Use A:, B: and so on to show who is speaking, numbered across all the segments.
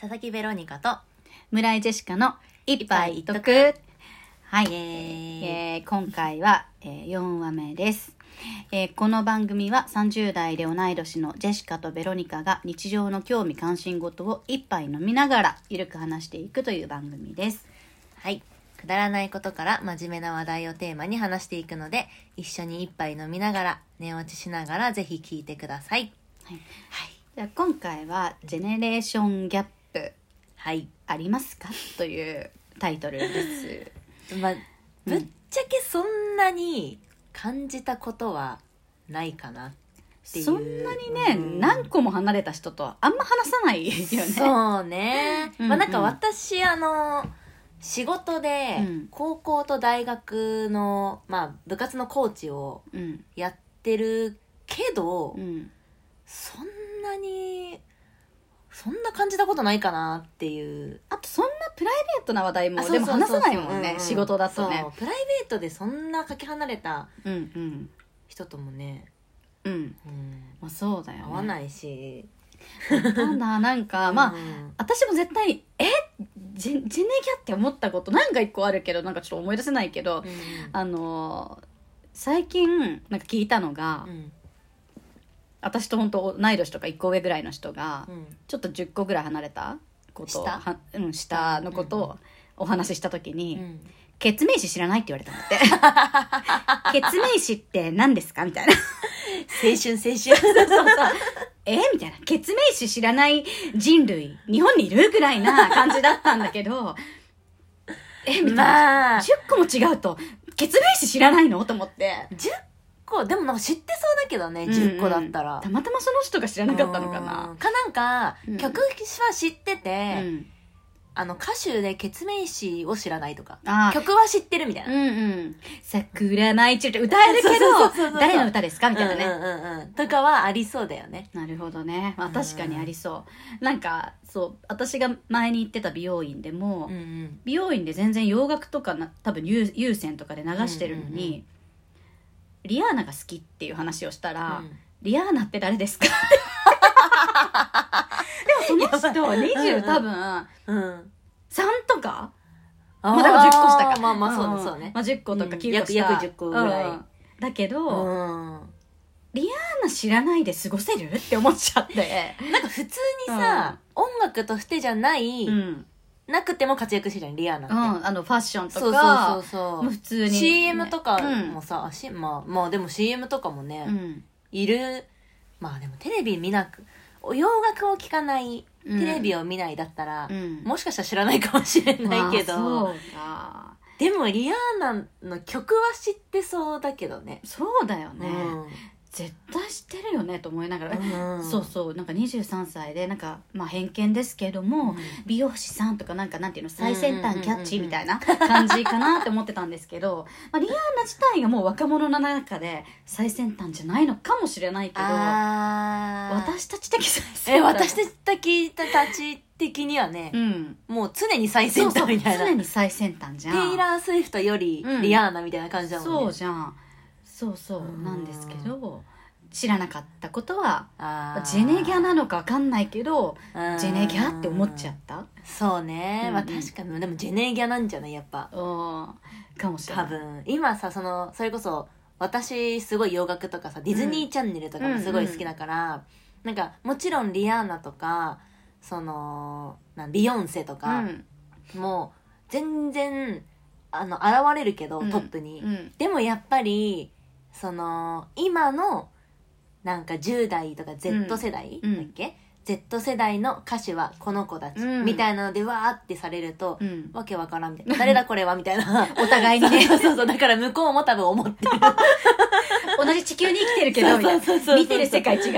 A: 佐々木ベロニカと
B: 村井ジェシカの一杯一徳。はい、えー今回は、えー、4話目です、えーこの番組は30代で同い年のジェシカとベロニカが日常の興味関心事を一杯飲みながらゆるく話していくという番組です。
A: はいくだらないことから真面目な話題をテーマに話していくので一緒に一杯飲みながら寝落ちしながらぜひ聞いてください
B: は
A: は
B: い
A: い
B: じゃあ今回は「ジェネレーションギャップ
A: はい、
B: ありますか?」というタイトルです。
A: まあ、ぶっちゃけそんなに感じたことはないかなっていう
B: そんなにね、
A: うん
B: 何個も離れた人とはあんま話さないよね。
A: そうね。
B: うん
A: まあなんか私、あの、仕事で
B: うん
A: 高校と大学の、まあ部活のコーチを
B: うん
A: やってるけど、
B: うん
A: そんなに、そんな感じたことないかなっていう。
B: あとそんなプライベートな話題も
A: あ
B: でも
A: そうそう
B: 話
A: そう
B: さないもん
A: う
B: ね
A: う
B: 仕事だとね
A: そうプライベートでそんなかけ離れた
B: うんうん
A: 人ともね、
B: うん
A: うん、
B: まあそうだよ、ね、
A: 合わないし。
B: ただなんかまあ、
A: うん
B: 私も絶対えジェジェネギャって思ったことなんか一個あるけどなんかちょっと思い出せないけど、
A: うん
B: あのー最近なんか聞いたのが、
A: うん
B: 私と本当同い年とか1個上ぐらいの人が、
A: うん
B: ちょっと10個ぐらい離れたこと
A: 下
B: はうん、下のこと
A: うん
B: をお話しした時に、
A: うん
B: ケツメイシ知らないって言われた んだってケツメイシって何ですかみたいな
A: 青春青 春。
B: えみたいなケツメイシ知らない人類日本にいるぐらいな感じだったんだけどえみたいな、
A: まあ、
B: 10個も違うとケツメイシ知らないのと思って
A: 10個でもなんか知ってそうだけどね、
B: うんうん
A: 10個だったら
B: たまたまその人が知らなかったのか
A: う
B: なん
A: かなんか、
B: うん
A: 曲は知ってて、
B: うん
A: あの歌手でケツメイシを知らないとか
B: あー
A: 曲は知ってるみたいな、
B: うんうん桜舞い散るって歌えるけ
A: そうそうそうそうそ
B: ど
A: う
B: 誰の歌ですかみ
A: み
B: た
A: た
B: い
A: い
B: な
A: な
B: ね、
A: ね、うんうんうんとかはありそうだよね
B: なるほどね、まあ、
A: うん
B: 確かにありそう、なんかそう私が前に行ってた美容院でも、
A: んうん
B: 美容院で全然洋楽とかな多分有有線とかで流してるのに、
A: うんうんう
B: リアーナが好きっていう話をしたら
A: う
B: 「
A: ん
B: リアーナって誰です か? 」でもその人は
A: やばい
B: 20多分
A: うん
B: 3とか
A: あー
B: まあだから10個したか
A: まあまあそうね
B: ん
A: そうね
B: まあ、10個とか
A: うん
B: 9個
A: 約
B: した、
A: 約10個ぐらい
B: うんだけど、
A: う
B: リアー
A: ん
B: ナ知らないで過ごせるって思っちゃって、
A: なんか普通にさ、音楽としてじゃない、
B: うん、
A: なくても活躍してるじゃんリアナって、
B: うん、あのファッションと
A: そう
B: か
A: そうそう
B: も
A: そうう
B: 普通に、
A: CM とか
B: うん
A: もさ、あしまあ、まあでも CM とかもね、
B: うん
A: いるまあでもテレビ見なくお洋楽を聴かない
B: うん
A: テレビを見ないだったら、
B: うん
A: もしかしたら知らないかもしれないけ
B: まあ
A: ど
B: そうか
A: でもリアーナの曲は知ってそうだけどね
B: そうだよね、絶対知ってるよねと思いながら、
A: うん
B: そうそうなんか23歳でなんか、まあ、偏見ですけども、
A: うん
B: 美容師さんとかなんかなんていうの最先
A: うんうんうんう
B: 端
A: ん
B: キャッチーみたいな感じかなって思ってたんです けど、まあ、リアーナ自体がもう若者の中で最先端じゃないのかもしれないけど
A: あー
B: 私たち的最
A: え
B: 先端
A: 私たちたち的にはね
B: う、ん
A: もう常に最先
B: そうそう
A: 端みたいな
B: 常に最先端じゃん
A: テイラー・スウィフトより
B: うん
A: リアーナみたいな感じだもんね、
B: そうじゃんそうそう
A: うん
B: なんですけど知らなかったことは
A: あー
B: ジェネギャなのか分かんないけど
A: うん
B: ジェネギャって思っちゃった
A: そうね、まあ
B: うんうん
A: 確かにでもジェネギャなんじゃないやっぱ
B: うんかもしれな
A: 多
B: い
A: 分今さそのそれこそ私すごい洋楽とかさディズニーチャンネルとかもすごい好きだから、なんかもちろんリアーナとかそのなんビヨンセとか、もう全然あの現れるけど、
B: うん
A: トップに、
B: うん
A: でもやっぱりその今のなんか10代とか Z 世代
B: うん
A: だっけ、Z 世代の歌手はこの子たち、
B: うん
A: みたいなのでわーってされると、
B: うん
A: わけわからんみたいな誰だこれはみたい な
B: お互いに ね
A: そうそうそう。だから向こうも多分思ってる
B: 同じ地球に生きてるけどみたい
A: そうそうそう
B: な
A: そう
B: 見てる世界違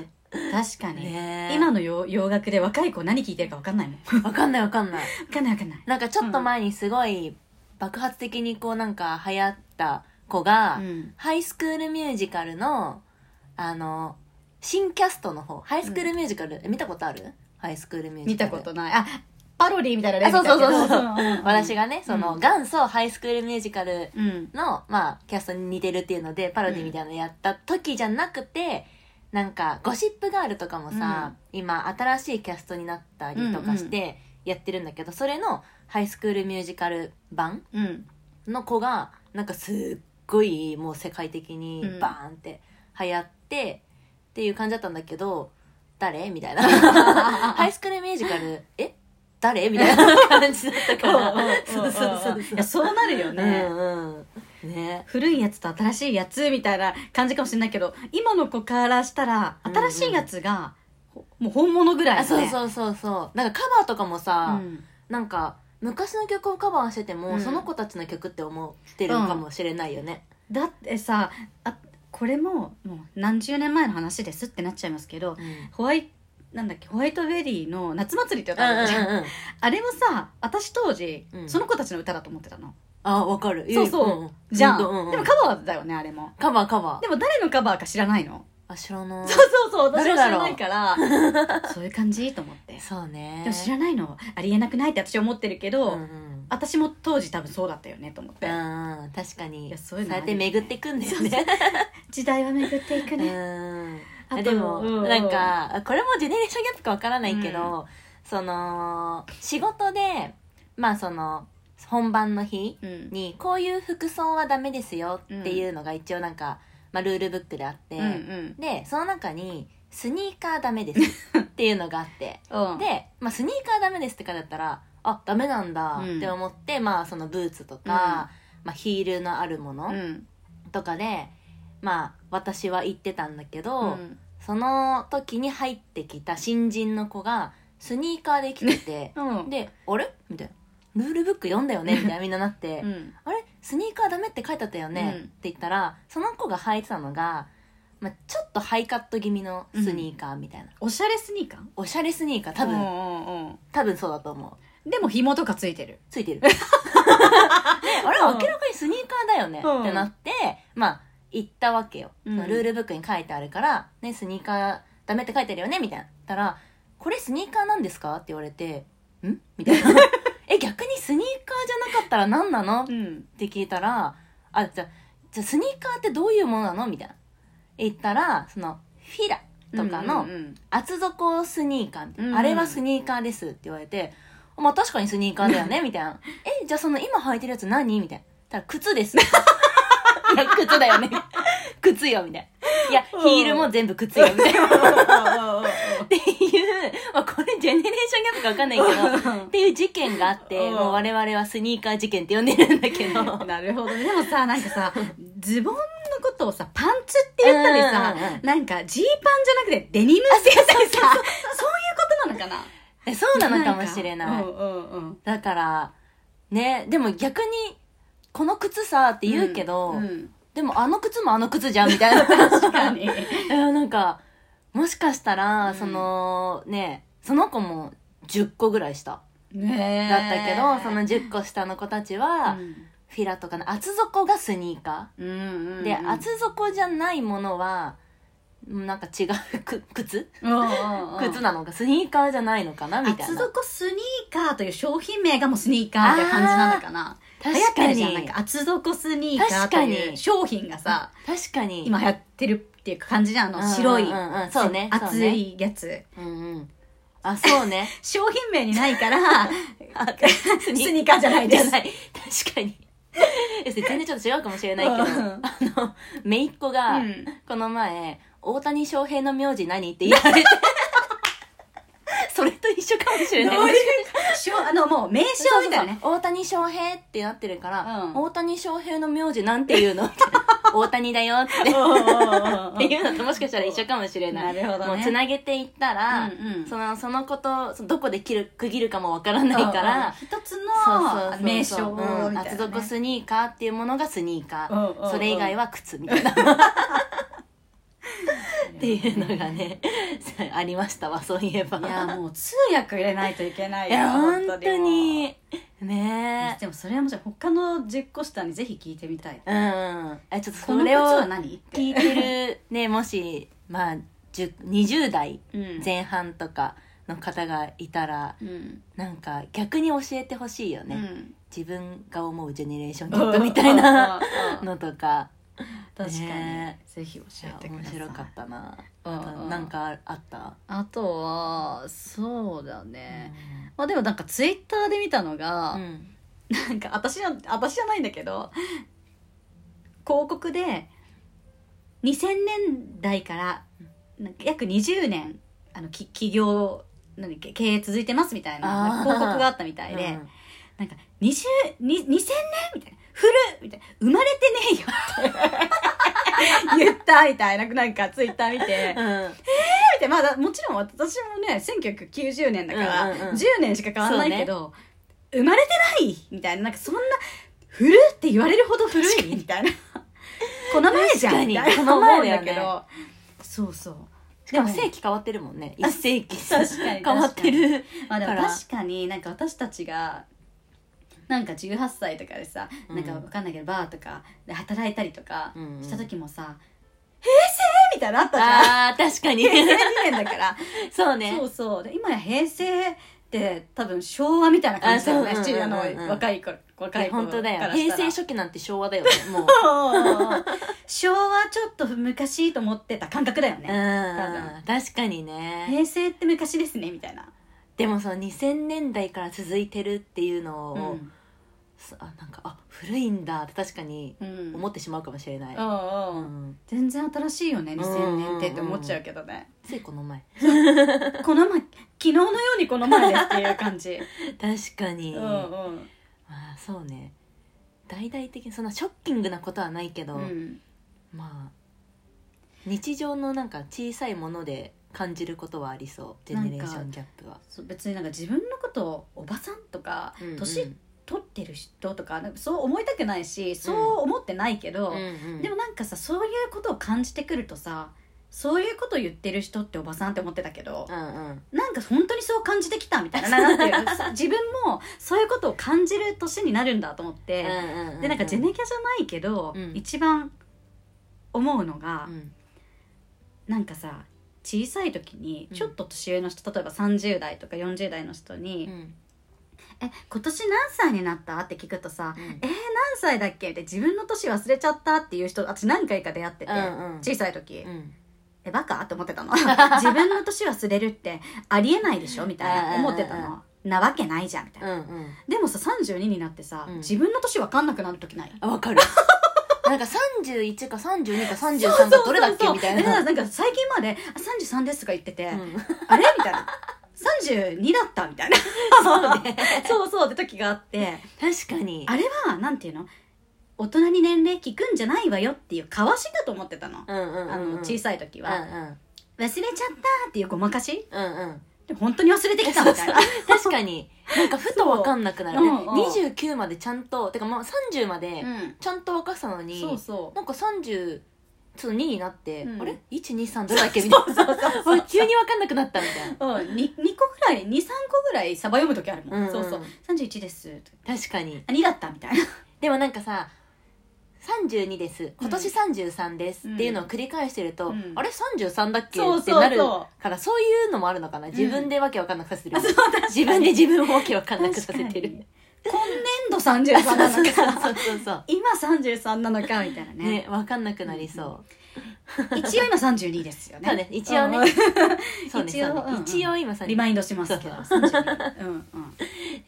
A: うん
B: 確か
A: うん。
B: に
A: ねえ
B: 今の洋洋楽で若い子何聞いてるか分かんないもん分
A: わかんないわかんない。
B: かんない分かんない
A: なんかちょっと前にすごい爆発的にこうなんか流行った子が、
B: うん
A: ハイスクールミュージカルの、あの、新キャストの方、ハイスクールミュージカル、え見たことあるハイスクールミュージ
B: 見
A: カ
B: た
A: ル。
B: ことないあパロディみたいな
A: あ、そうそうそうそう。私
B: が
A: がね、その、
B: うん
A: 元祖ハイスクールミュージカル
B: うん
A: の、まあ、キャストに似てるっていうので、パロディみたいなのやった時じゃなくて、なんかゴシップガールとかもさ、今新しいキャストになったりとかしてやってるんだけど、それのハイスクールミュージカル版
B: うん
A: の子がなんかすっごいもう世界的に
B: うん
A: バーンって流行ってっていう感じだったんだけど誰み たいなハイスクールミュージカルえ誰みたいな感じだったから
B: そ
A: そうう
B: そ
A: そうう
B: そう
A: そう
B: いやそうなるよ ね、
A: うんうんね
B: 古いやつと新しいやつみたいな感じかもしれないけど今の子からしたら
A: うんうん
B: 新しいやつが、ほもう本物ぐらい
A: あ
B: だ
A: そう
B: ねう
A: そうそうそうなんかカバーとかもさ、
B: ん
A: なんか昔の曲をカバーしてても、
B: うん
A: その子たちの曲って思ってるかもしれないよね、
B: だってさあこれももう何十年前の話ですってなっちゃいますけど
A: うん、うん
B: ホワイなんだっけホワイトベリーの夏祭りって歌
A: う
B: ある
A: ん
B: じゃん、
A: うん
B: あれもさ私当時、
A: うん
B: その子たちの歌だと思ってたの
A: あわかる
B: そうそうん
A: ん
B: じゃん、
A: うう
B: でもカバーだよねあれも
A: カバーカバー
B: でも誰のカバーか知らないの、
A: あ知らない
B: そうそうそう私も知
A: 誰だ
B: ら
A: ろう
B: ないから そういう感じと思って
A: そうね
B: でも知らないのありえなくないって私思ってるけど、
A: うんうん
B: 私も当時多分そうだったよねと思って、
A: うんうん確か
B: い
A: に
B: やそういうの
A: や
B: あ
A: っ
B: る
A: て
B: よね
A: 巡ってくんだよね
B: 時代は巡っていくね、あ
A: う
B: と
A: んでも、
B: うん
A: なんかこれもジェネレーションギャップかわからないけど、その仕事でまあその本番の日
B: うん
A: にこういう服装はダメですよっていうのが一応なんか、まあ、ルールブックであって、
B: うんうん
A: でその中にスニーカーダ メですっていうのがあって
B: うん
A: で、まあ、スニーカーダメですって書いてあったらあダメなんだって思って、まあそのブーツとか、まあ、ヒールのあるも
B: う
A: の
B: ん
A: とかで、まあ私は行ってたんだけど、
B: うん
A: その時に入ってきた新人の子がスニーカーで来て て
B: うん
A: で「あれ?」みたいな「ルールブック読んだよね」みたいなみんななって「
B: うん
A: あれスニーカーダメって書いてあったよね」
B: うん
A: って言ったらその子が履いてたのが、まあ、ちょっとハイカット気味のスニーカーみたいな、
B: おしゃれスニーカー
A: おしゃれスニーカー多分、
B: うんうんうん
A: 多分そうだと思う
B: でも紐とかついてる
A: つ いてるであれ
B: うん
A: 明らかにスニーカーだよね、
B: うん
A: ってなってまあ行ったわけよ、
B: うん
A: そのルールブックに書いてあるから、ね、スニーカーダメって書いてあるよねみたいな言ったら「これスニーカーなんですか?」って言われて「ん?」みたいな 「え逆にスニーカーじゃなかったら何なの?」っ
B: ん
A: て聞いたら「あじゃあじゃあスニーカーってどういうものなの?」みたいな言ったらそのフィラとかの、
B: うんうん
A: 厚底スニーカーみたいな、
B: うん
A: あれはスニーカーですって言われて、まあ確かにスニーカーだよ ね、みたいな。え、じゃあその今履いてるやつ何みたいな。たら靴です。い や、靴だよね。 靴よ、みたいな。いや、
B: うん
A: ヒールも全部靴よ、 みたいな。っ
B: うん
A: ていう、まあこれジェネレーションギャップかわかんないけど、っていう事件があって、
B: うん
A: もう我々はスニーカー事件って呼んでるんだけど。
B: なるほどねでもさなんかさズボンのことをさパンツって言ったりさ、
A: うんうんうん
B: なんかジーパンじゃなくてデニムって言ったりさそういうことなのかな
A: えそうなのかもしれない。
B: んかうんうんうん
A: だから、ね、でも逆に、この靴さって言うけど、
B: うん
A: でもあの靴もあの靴じゃんみたいな 確
B: 確か に
A: なんかもしかしたら、
B: うん
A: そのねその子も10個ぐらい下だ
B: ね
A: ったけど、その10個下の子たちは、フィラとかの厚底がスニーカ
B: うんうんう
A: ー、
B: ん
A: で厚底じゃないものはなんか違うく靴
B: うんうんうん
A: 靴なのかスニーカーじゃないのかなみたい
B: 厚
A: な
B: 底スニーカーという商品名がもうスニーカーって感じなのかな流
A: 確
B: 行って
A: か
B: るじゃんなん
A: に
B: か厚底スニーカーと
A: 確か
B: いう
A: に
B: 商品がさ
A: 確かに
B: 今流行ってるっていう感じじゃんあ
A: うん
B: の白い、
A: うんうんうんそうねそう
B: 熱
A: ね
B: いやつ、
A: うんうんあそう ね
B: 商品名にないから
A: あ
B: スニーカーじゃない
A: じ
B: で
A: ゃ
B: す
A: ない。確かに。え全然ちょっと違うかもしれないけど、
B: うん
A: あの、めいっ子が、
B: うん
A: この前、大谷翔平の名字何って言わ れて、それと一緒かもしれない。
B: どういうしょあのもう名
A: そう
B: 称
A: そうそう
B: みたいなね
A: 大谷翔平ってなってるから、
B: うん
A: 大谷翔平の名字なんて言う の大谷だよって。っていうのともしかしたら一緒かもしれない。
B: なるほどね
A: もうつなげていったら、
B: うんうん
A: その、そのこと、そのどこで切る、区切るかもわからないから、
B: 一つ
A: そうそうそう
B: の
A: そう
B: 名称みたいな、
A: うん
B: ね、
A: 厚底スニーカーっていうものがスニーカー、
B: うんうんうん
A: それ以外は靴みたいな っていうのがねありましたわそういえば
B: いやもう通訳入れないといけない
A: い
B: よ
A: や本当
B: も
A: に
B: う
A: ね
B: でもそれはもちろん他の10個下にぜひ聞いてみたい
A: うんえちょっと
B: こ
A: そ
B: の靴
A: れを
B: は何って
A: 聞いてるねもしまあ10 20代
B: うん
A: 前半とかの方がいたら
B: うん
A: なんか逆に教えてほしいよ
B: う
A: ね、
B: ん
A: 自分が思うジェネレーションギャップみたいなのとか
B: 確かに、
A: ね
B: ぜひ教
A: いや
B: えてくだ
A: 面
B: さい
A: 白かったな
B: うんうん
A: なんかあった、
B: あとはそうだね、まあでもなんかツイッターで見たのが、
A: うん
B: なんか私じゃ私じゃないんだけど広告で2000年代からなんか約20年あのき企業何け経営続いてますみたいな
A: あー
B: なんか広告があったみたい
A: う
B: で、
A: ん
B: なんか20に2000年みたいな古っみたいな生まれてねえよって 言ったみたいななんかツイッター見て
A: うん
B: ってまあだもちろん私もね1990年だから、
A: うんうんうん
B: 10年しか変わんないけど、生まれてないみたいななんかそんな古いって言われるほど古いみたいなこの前じゃんみたいな
A: 確かにこの前だよ
B: 思うん
A: ね
B: けどそうそう
A: でも世紀変わってるもんね
B: あ
A: 一世紀
B: 確かに
A: 変わってる
B: まあでも
A: から
B: 確かになんか私たちがなんか18歳とかでさ、
A: うん
B: なんかわかんないけどバーとかで働いたりとか
A: うんうん
B: した時もさ「平成!」みたいなのあったじゃん
A: あー確か に
B: 平成2年だから
A: そう ね
B: そうそうで今や平成って多分昭和みたいな感じだよね
A: あそう
B: 七あの
A: うんうんうんうん
B: 若い頃若い頃
A: 本当だ
B: か
A: よ
B: らした
A: 平
B: ら
A: 成初期なんて昭和だよね もう
B: そう昭和ちょっと昔と思ってた感覚だよ
A: う
B: ね、
A: ん確かにね
B: 平成って昔ですねみたいな、
A: でもその2000年代から続いてるっていうのを、
B: うん
A: そあなんかあ古いんだって確かに
B: うん
A: 思ってしまうかもしれない、
B: うんうん
A: うん
B: 全然新しいよね2000年ってって思っちゃうけどね、
A: ついこの 前
B: この前昨日のようにこの前ですっていう感じ、
A: 確かに、
B: うん
A: まあそうね大々的にそんなショッキングなことはないけど、
B: うんうん
A: まあ日常のなんか小さいもので感じることはありそうジェネレーションギャップは、
B: そう別になんか自分のことをおばさんとか
A: うんうん
B: 年取ってる人とかなんかそう思いたくないしそう思ってないけど、
A: うんうん
B: でもなんかさそういうことを感じてくるとさそういうことを言ってる人っておばさんって思ってたけど
A: う、んうん
B: なんか本当にそう感じてきたみたいななんていう のさ自分もそういうことを感じる年になるんだと思って、
A: うんう
B: でなんかジェネキャじゃないけど、
A: うん
B: 一番思うのが、
A: うん
B: なんかさ小さい時に
A: うん
B: ちょっと年上の人、例えば30代とか40代の人に
A: う
B: 「
A: ん
B: え今年何歳になった?」って聞くとさ「
A: うん
B: えー、何歳だっけ?」って自分の年忘れちゃったっていう人私何回か出会ってて、
A: うんうん
B: 小さい時、
A: うん
B: えバカって思ってたの 自分の年忘れるってありえないでしょみたいな思ってた
A: うんうん
B: のなわけないじゃんみたいな、
A: うんうん
B: でもさ32になってさ、
A: うん
B: 自分の年分かんなくなる時ない
A: あわ かるなんか31か32か33かどれだっけみたい
B: そうそうそう
A: な、
B: でなんか最近まで「あ33です」とか言ってて「
A: うん
B: あれ?」みたいな「32だった」みたいなそうねそうそうって時があって
A: 確かに
B: あれはなんていうの大人に年齢聞くんじゃないわよっていうかわしだと思ってたの,、
A: うんうんうんうん
B: あの小さい時は、忘れちゃったっていうごまかし
A: うんうんうんうん
B: でも本当に忘れてきたみたいな
A: 確かになんかふとわかんなくなるね、
B: そううんうん
A: 29までちゃんとてかまあ30まで
B: うん
A: ちゃんと若さのに、
B: そうそう
A: なんか30ちょっと2になって、
B: うん
A: あれ123どれだっけみたいな
B: そうそう
A: おい急にわかんなくなったみたいな
B: うん、2, 二個ぐらい23個ぐらいサバ読む時あるもん、
A: うんうん
B: そうそう31です
A: 確かに
B: あ2だったみたいな
A: でもなんかさ32です今年33です、
B: うん
A: っていうのを繰り返してると、
B: うん
A: あれ33だっけ
B: そう
A: って
B: そうそ
A: な
B: う
A: るからそういうのもあるのかな自分でわけわかんなくさせてる、
B: そう確か
A: 自分で自分をわけわかんなくさせ
B: 今
A: てる
B: 年度33な の
A: そう
B: か
A: そうそうそう
B: 今33なのかみたいなね
A: ねわかんなくなりそう、
B: 一応今32ですよね
A: そうね一応ね
B: うん
A: そうね
B: 一応
A: そうね
B: うんうん
A: 一応今さ
B: リマインドしますけど
A: そう
B: 32うんうん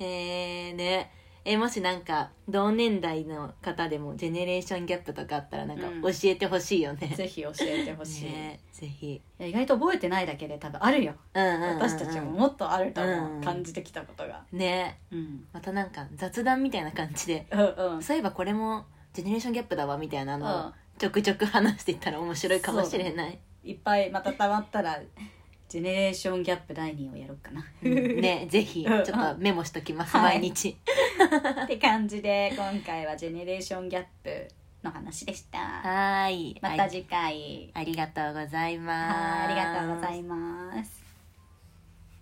A: えー、ねえもしなんか同年代の方でもジェネレーションギャップとかあったらなんか
B: うん
A: 教えてほしいよね、
B: ぜひ教えてほしい、
A: ねぜひ、
B: いや意外と覚えてないだけで多分あるよ、
A: うんうんうんうん
B: 私たちももっとあると思う、
A: うん
B: 感じてきたことが
A: ね
B: うん
A: またなんか雑談みたいな感じで
B: うんうん
A: そういえばこれもジェネレーションギャップだわみたいなの
B: う
A: を
B: ん
A: ちょくちょく話していったら面白いかもしれない、
B: いっぱいまたたまったらジェネレーションギャップ第2をやろうかな、
A: うんねぜひち
B: う
A: ょ
B: ん
A: っとメモしときます、
B: はい
A: 毎日
B: って感じで今回はジェネレーションギャップの話でした
A: はーい
B: また次回
A: ありがとうございます
B: はいありがとうございます